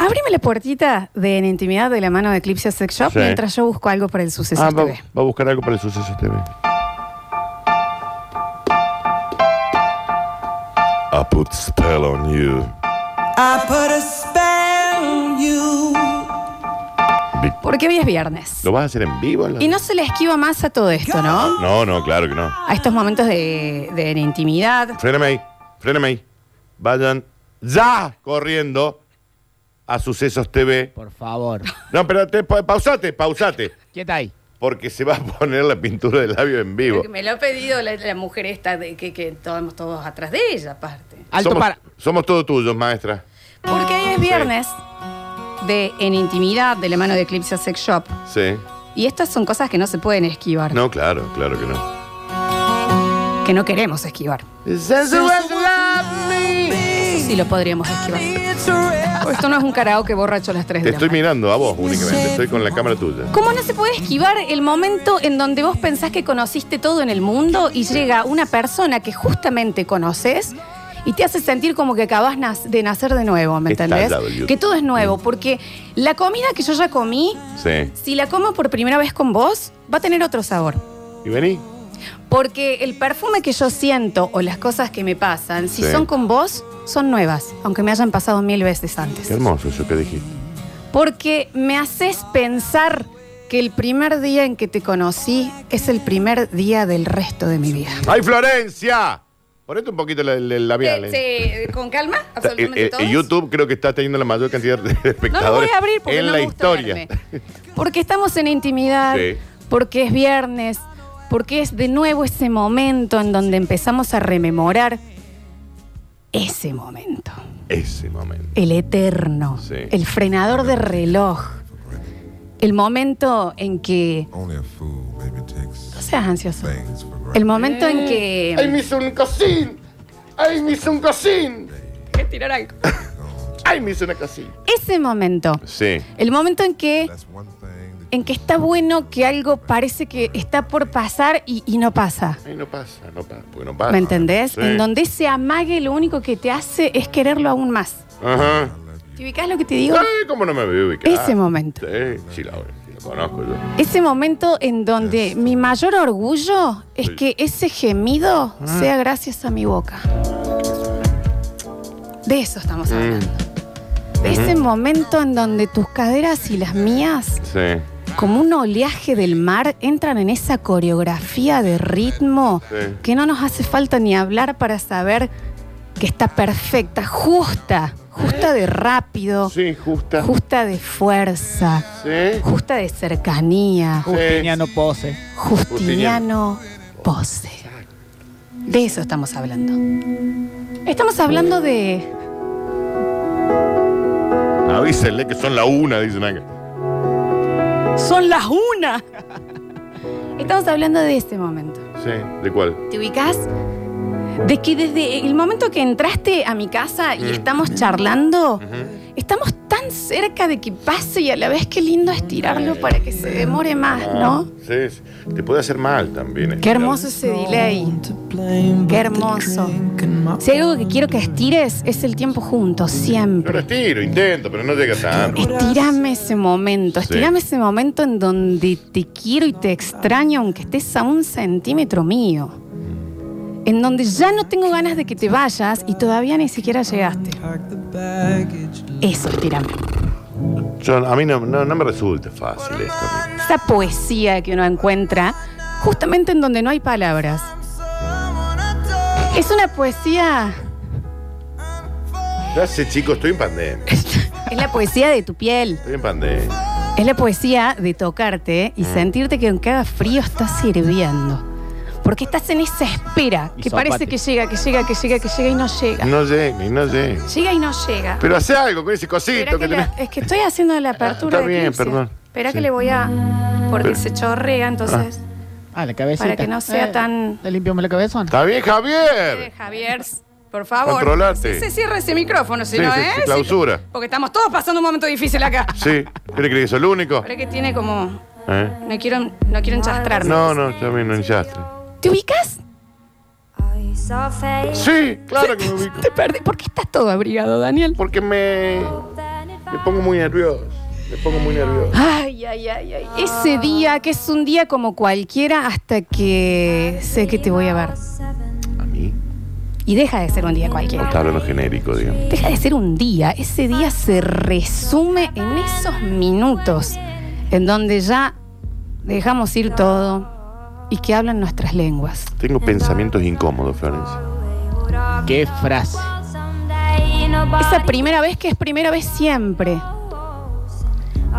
Ábreme la puertita de En Intimidad de la mano de Eclipse Sex Shop Sí. mientras yo busco algo para el suceso Ah, va, TV. va a buscar algo para el suceso este TV. I put the spell on you. I put a spell on you. Porque hoy es viernes. ¿Lo vas a hacer en vivo? la- Y no se le esquiva más a todo esto, ¿no? No, no, claro que no. A estos momentos de, de la intimidad. Fréneme ahí, fréneme ahí. Vayan ya corriendo a Sucesos TV. Por favor. No, espérate, pa- pausate, pausate. ¿Qué tal ahí? Porque se va a poner la pintura del labio en vivo. Me lo ha pedido la, la mujer esta, de, que, que estamos todos atrás de ella, aparte. Alto somos, para. Somos todos tuyos, maestra. Porque hoy es viernes de En Intimidad de la mano de Eclipse Sex Shop. Sí. Y estas son cosas que no se pueden esquivar, No, claro, claro que no. que no queremos esquivar. Eso sí lo podríamos esquivar. Porque esto no es un karaoke borracho a las 3 Te de estoy la mañana. mirando a vos únicamente, estoy con la cámara tuya. ¿Cómo no se puede esquivar el momento en donde vos pensás que conociste todo en el mundo y llega una persona que justamente conoces y te hace sentir como que acabas nas- de nacer de nuevo, ¿me Está entendés? al lado el YouTube. Que todo es Mm. nuevo, porque la comida que yo ya comí, Sí. si la como por primera vez con vos, va a tener otro sabor. ¿Y vení? Porque el perfume que yo siento o las cosas que me pasan, si Sí. son con vos, son nuevas, aunque me hayan pasado mil veces antes. Qué hermoso eso que dijiste. Porque me haces pensar que el primer día en que te conocí es el primer día del resto de mi vida. ¡Ay, Florencia! Ponete un poquito la- la- el labial. eh. con calma, Está- eh, eh, YouTube creo que está teniendo la mayor cantidad de No espectadores lo voy a abrir porque en no la me gusta historia. verme. Porque estamos en intimidad, Sí. porque es viernes, porque es de nuevo ese momento en donde empezamos a rememorar ese momento. Ese momento. El eterno, Sí. el frenador de reloj, el momento en que... Only a fool maybe takes No seas ansioso. things for El granted. momento en que... mis un cosín! ¡Ay, mis un cosín! ¡Ay, mis una cosín! Ese momento. Sí. El momento en que, That's one thing that en que está bueno que algo parece que está por pasar y, y no pasa. Ay, no pasa, no pasa. Porque no pasa. ¿Me entendés? Sí. En donde ese amague lo único que te hace es quererlo aún más. Ajá. ¿Te ubicás lo que te digo? Ay, cómo no me voy a ubicar. Ese momento. Sí, sí, la, sí, la conozco yo. Ese momento en donde mi mayor orgullo es que ese gemido sea gracias a mi boca. De eso estamos hablando. De ese momento en donde tus caderas y las mías Sí. como un oleaje del mar, entran en esa coreografía de ritmo Sí. que no nos hace falta ni hablar para saber que está perfecta, justa, justa de rápido, Sí, justa. justa de fuerza, Sí. justa de cercanía, Justiniano Pose. Justiniano Pose. De eso estamos hablando. Estamos hablando de... Avísenle que son la una, dicen acá. Son las una. Estamos hablando de este momento. Sí. ¿De cuál? ¿Te ubicas? De que desde el momento que entraste a mi casa y estamos charlando, estamos tan cerca de que pase y a la vez qué lindo estirarlo para que se demore más, ¿no? Sí, sí. Te puede hacer mal también. eh. Qué hermoso ese delay. Qué hermoso. Si hay algo que quiero que estires es el tiempo juntos, Yo lo siempre. estiro, intento, pero no llega tanto. Estirame ese momento, Sí. estirame ese momento en donde te quiero y te extraño, aunque estés a un centímetro mío. En donde ya no tengo ganas de que te vayas y todavía ni siquiera llegaste. Eso, estirame. Yo- a mí no, no- no me resulta fácil esto. a mí. Esa poesía que uno encuentra justamente en donde no hay palabras. Es una poesía, Ya sé, chicos, estoy en pandemia. es la poesía de tu piel. Estoy en pandemia. Es la poesía de tocarte Mm. y sentirte que aunque haga frío estás sirviendo. Porque estás en esa espera Y que zapate. parece que llega, que llega, que llega, que llega y no llega. No llega, y no llega. Llega y no llega. Mm. Pero hace algo con ese Esperá cosito que que la- tenés. Ah, es que estoy haciendo la apertura Está de bien, Eclipse. perdón. Espera que Sí. le voy a... Porque Pero- se chorrea, entonces... Ah, la cabeza. Para que no sea tan- Te limpiamos la cabeza. Está bien, Eh, Javier. Javier, por favor. Controlate. Se, se cierra ese micrófono, si Sí, no, se- ¿eh? se clausura. Si- porque estamos todos pasando un momento difícil acá. Sí. ¿Quiere creer que soy el único? Pero es que tiene como... ¿Eh? No quiero, no quiero enchastrarme. No, no, yo a mí no enchaste. ¿Te ubicas? Sí, claro que me ubico. Te perdí. ¿Por qué estás todo abrigado, Daniel? Porque me. Me pongo muy nervioso. Me pongo muy nervioso. Ay, ay, ay, ay. Ese día, que es un día como cualquiera, hasta que sé que te voy a ver. A mí. Y deja de ser un día No cualquiera. está hablando genérico, digamos. Deja de ser un día. Ese día se resume en esos minutos en donde ya dejamos ir todo y que hablan nuestras lenguas. Tengo pensamientos incómodos, Florencia. Qué frase. Esa primera vez que es primera vez siempre.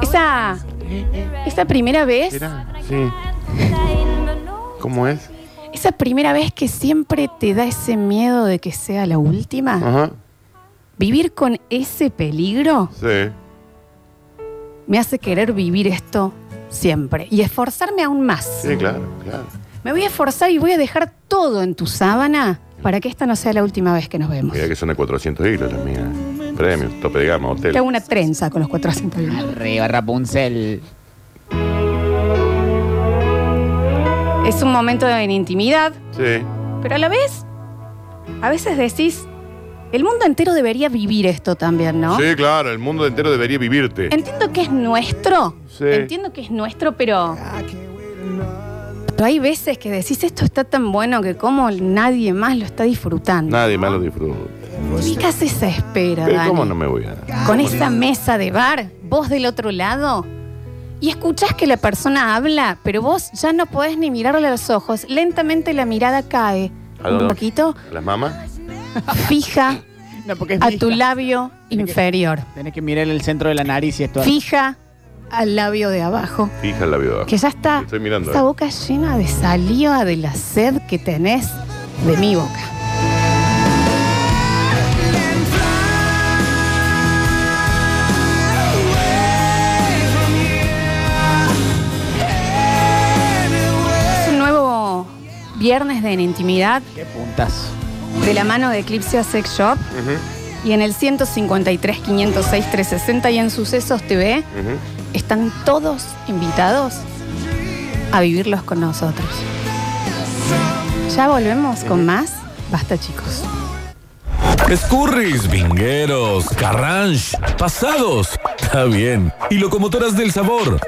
Esa. Esa primera vez. Mirá, Sí. ¿Cómo es? Esa primera vez que siempre te da ese miedo de que sea la última. Ajá. Vivir con ese peligro Sí. me hace querer vivir esto siempre y esforzarme aún más. Sí, claro, claro. Me voy a esforzar y voy a dejar todo en tu sábana para que esta no sea la última vez que nos vemos. Mira que son de 400 hilos las mías. Premios, tope de gama, hotel. Te hago una trenza con los 400 libras. Arriba, Rapunzel. Es un momento en intimidad, Sí. pero a la vez, a veces decís, el mundo entero debería vivir esto también, ¿no? Sí, claro, el mundo entero debería vivirte. Entiendo que es nuestro. Sí. Entiendo que es nuestro, pero. Pero hay veces que decís, esto está tan bueno que como nadie más lo está disfrutando. Nadie más lo disfruta. Ubicás esa espera, Pero Dani. Eh, ¿cómo no me voy a dar? Con esa mesa de bar, vos del otro lado. Y escuchás que la persona habla, pero vos ya no podés ni mirarle a los ojos. Lentamente la mirada cae. ¿A Un dónde? poquito ¿A las mamás? fija No, porque es a fija. tu labio inferior. Tenés que mirar el centro de la nariz y esto. Fija al labio de abajo. Fija la vida. Que ya está. Estoy mirando, Esa eh. boca llena de saliva de la sed que tenés de mi boca. Es un nuevo viernes de en intimidad Qué puntazo. de la mano de Eclipse Sex Shop y en el 153 506 360 y en Sucesos TV Ujú. están todos invitados a vivirlos con nosotros. Ya volvemos con más. Basta chicos. Escurris, vingueros, carranche, pasados. Está bien. Y locomotoras del sabor.